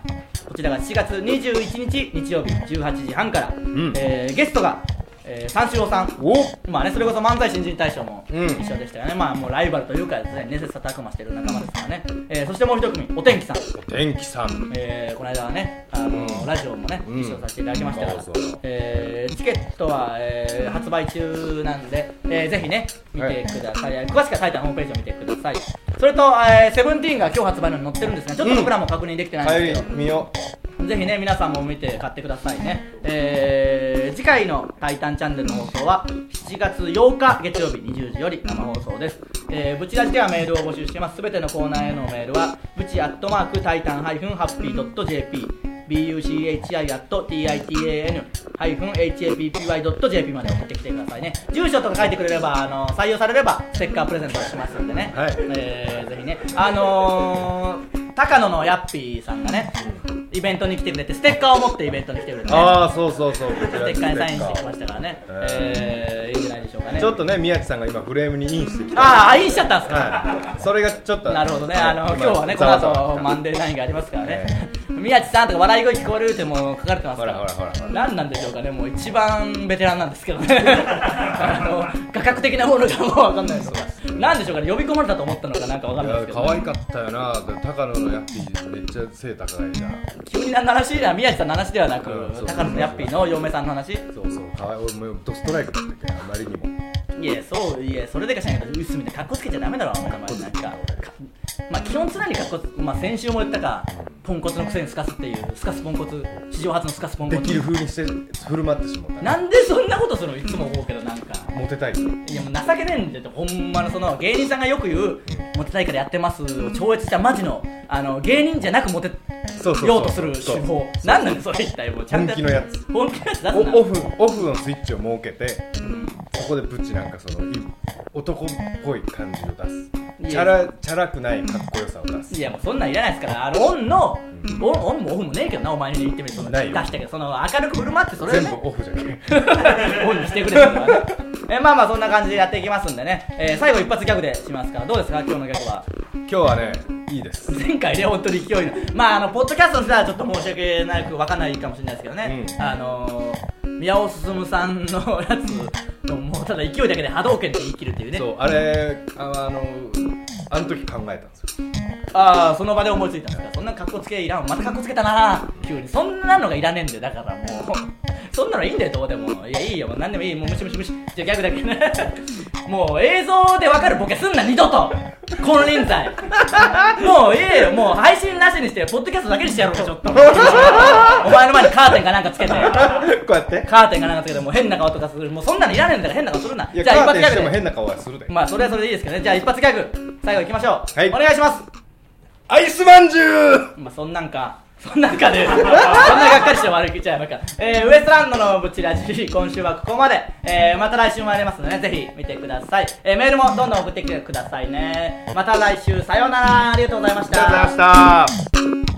Speaker 1: こちらが7月21日日曜日18時半から、
Speaker 2: ん
Speaker 1: えーゲストが、えー三四郎さん
Speaker 2: お
Speaker 1: まあね、それこそ漫才新人大賞も
Speaker 2: うん
Speaker 1: 一緒でしたよね、まあもうライバルというかですね、ね切磋琢磨してる仲間ですからね、えーそしてもう一組、お天気さん、
Speaker 2: お天気さん
Speaker 1: えーこの間はね、あの
Speaker 2: うん
Speaker 1: ラジオもね、
Speaker 2: うん
Speaker 1: 一緒させていただきましたから、
Speaker 2: そうそう
Speaker 1: えーチケットは、えー発売中なんで、えーぜひね、見てください、詳しくはタイタンホームページを見てください、それと、えーセブンティーンが今日発売のに載ってるんですが、ちょっと僕らも確認できてないん
Speaker 2: は
Speaker 1: ですけど
Speaker 2: い。見よ
Speaker 1: ぜひね皆さんも見て買ってくださいね、えー次回の「タイタンチャンネル」の放送は7月8日月曜日20時より生放送です、えー、ブチラジではメールを募集してますすべてのコーナーへのメールはブチアットマークタイタンハイフンハッピー .jp buchi.titan-happy.jp まで送ってきてくださいね住所とか書いてくれればあの採用されればステッカープレゼントしますんでね、
Speaker 2: はい
Speaker 1: えーぜひねあのー、高野のヤッピーさんがねイベントに来てくれてステッカーを持ってイベントに来てくれて、ね、
Speaker 2: ああそうそうそう
Speaker 1: ステッカーにサインしてきましたからね、えーいいんじゃないでしょうかね
Speaker 2: ちょっとね宮地さんが今フレームにインしてきた
Speaker 1: ああインしちゃったんですか、
Speaker 2: はいそれがちょっと
Speaker 1: なるほどね、あの今日はね、この後マンデーナインがありますからね、宮地さんとか笑い声聞こえるってもう書かれてますから、
Speaker 2: ほらほらほらほ
Speaker 1: 何なんでしょうかね、もう一番ベテランなんですけどね、あの画角的なものがもう分かんないですから、なんでしょうかね、呼び込まれたと思ったのか、なんか分かん
Speaker 2: い
Speaker 1: ないで
Speaker 2: や
Speaker 1: すけど、
Speaker 2: 可愛かったよな高野のヤッピーめっちゃ背高いじゃん
Speaker 1: 急にな話では、宮地さんの話ではなく
Speaker 2: うんそう、
Speaker 1: 高野のヤッピーの嫁さんの話、い
Speaker 2: そうそう可愛い俺もうドストライクだったっけあまりにも
Speaker 1: や、そう、いや、それでかしないけど、うっすみたいな、かっこつけちゃだめだろ、お前、なんか、かまあ、基本、常にかっこつ、まあ、先週も言ったか、ポンコツのくせにすかすっていう、すかすポンコツ、史上初のすかすポンコ
Speaker 2: で
Speaker 1: ツ。
Speaker 2: きる 風にして振る舞ってしまった
Speaker 1: なんでそんなことするのいつも思うけどなんか
Speaker 2: モテたいと
Speaker 1: いやもう情けねえんだよほんまのその芸人さんがよく言うモテたいからやってますを超越したマジのあの芸人じゃなくモテ
Speaker 2: そうそうそう
Speaker 1: ようとする手法
Speaker 2: そう
Speaker 1: なんなんだよそれ一体もうちゃんとやって
Speaker 2: 本気の
Speaker 1: 本気
Speaker 2: やつ
Speaker 1: のやつ出すな
Speaker 2: おオフオフのスイッチを設けて
Speaker 1: うん
Speaker 2: そこでプチなんかそのいい男っぽい感じを出す
Speaker 1: いや
Speaker 2: チャラチャラくないかっこよさを出す
Speaker 1: いやもうそんなんいらないですからあのオンの
Speaker 2: う
Speaker 1: オンオンもオフもねえけどなお前に言ってみると出
Speaker 2: ない
Speaker 1: し
Speaker 2: よ
Speaker 1: たけどその明るく振る舞ってそれを
Speaker 2: 全
Speaker 1: ね
Speaker 2: 部オフじゃね
Speaker 1: オンにしてくれるのはねえまあまあそんな感じでやっていきますんでね、えー最後一発ギャグでしますからどうですか今日のギャグは
Speaker 2: え今日はねいいです
Speaker 1: 前回ね、本当に勢いの、まあ、あのポッドキャストの人はちょっと申し訳なく分かんないかもしれないですけどね、
Speaker 2: うん
Speaker 1: あのー、宮尾進さんのやつの、もうただ勢いだけで波動拳って言い切るっていうね、
Speaker 2: そうあれああのあの時考えたんですよ
Speaker 1: ああ、その場で思いついたんですから、そんな格好つけいらん、また格好つけたな、急に、そんなのがいらねえんで、だからもう、そんなのいいんだよどうでもいやいいよもう何でもいいもうムシムシムシじゃあギャグだけ もう映像でわかるボケすんな二度と金輪際もういいよもう配信なしにしてポッドキャストだけにしてやろうかち ょっとお前の前にカーテンかなんかつけて
Speaker 2: こうやって
Speaker 1: カーテンかなんかつけてもう変な顔とかするもうそんなのいらねえんだから変な顔するないじ
Speaker 2: や
Speaker 1: ゃあ一
Speaker 2: カー
Speaker 1: 発
Speaker 2: テン
Speaker 1: ギャ
Speaker 2: して
Speaker 1: グ
Speaker 2: も
Speaker 1: で
Speaker 2: 変な顔はするで
Speaker 1: まあそれはそれでいいですけどねじゃあ一発ギャグ最後いきましょう、
Speaker 2: はい
Speaker 1: お願いします
Speaker 2: アイスまんじゅう
Speaker 1: まあそんなんかそんなんかで そんながっかりして悪いちゃいまか、えー、ウエストランドのブチラジ 今週はここまで、えー、また来週もありますのでぜひ見てください、えー、メールもどんどん送ってきてくださいねまた来週さようならありがとうございました
Speaker 2: ありがとうございました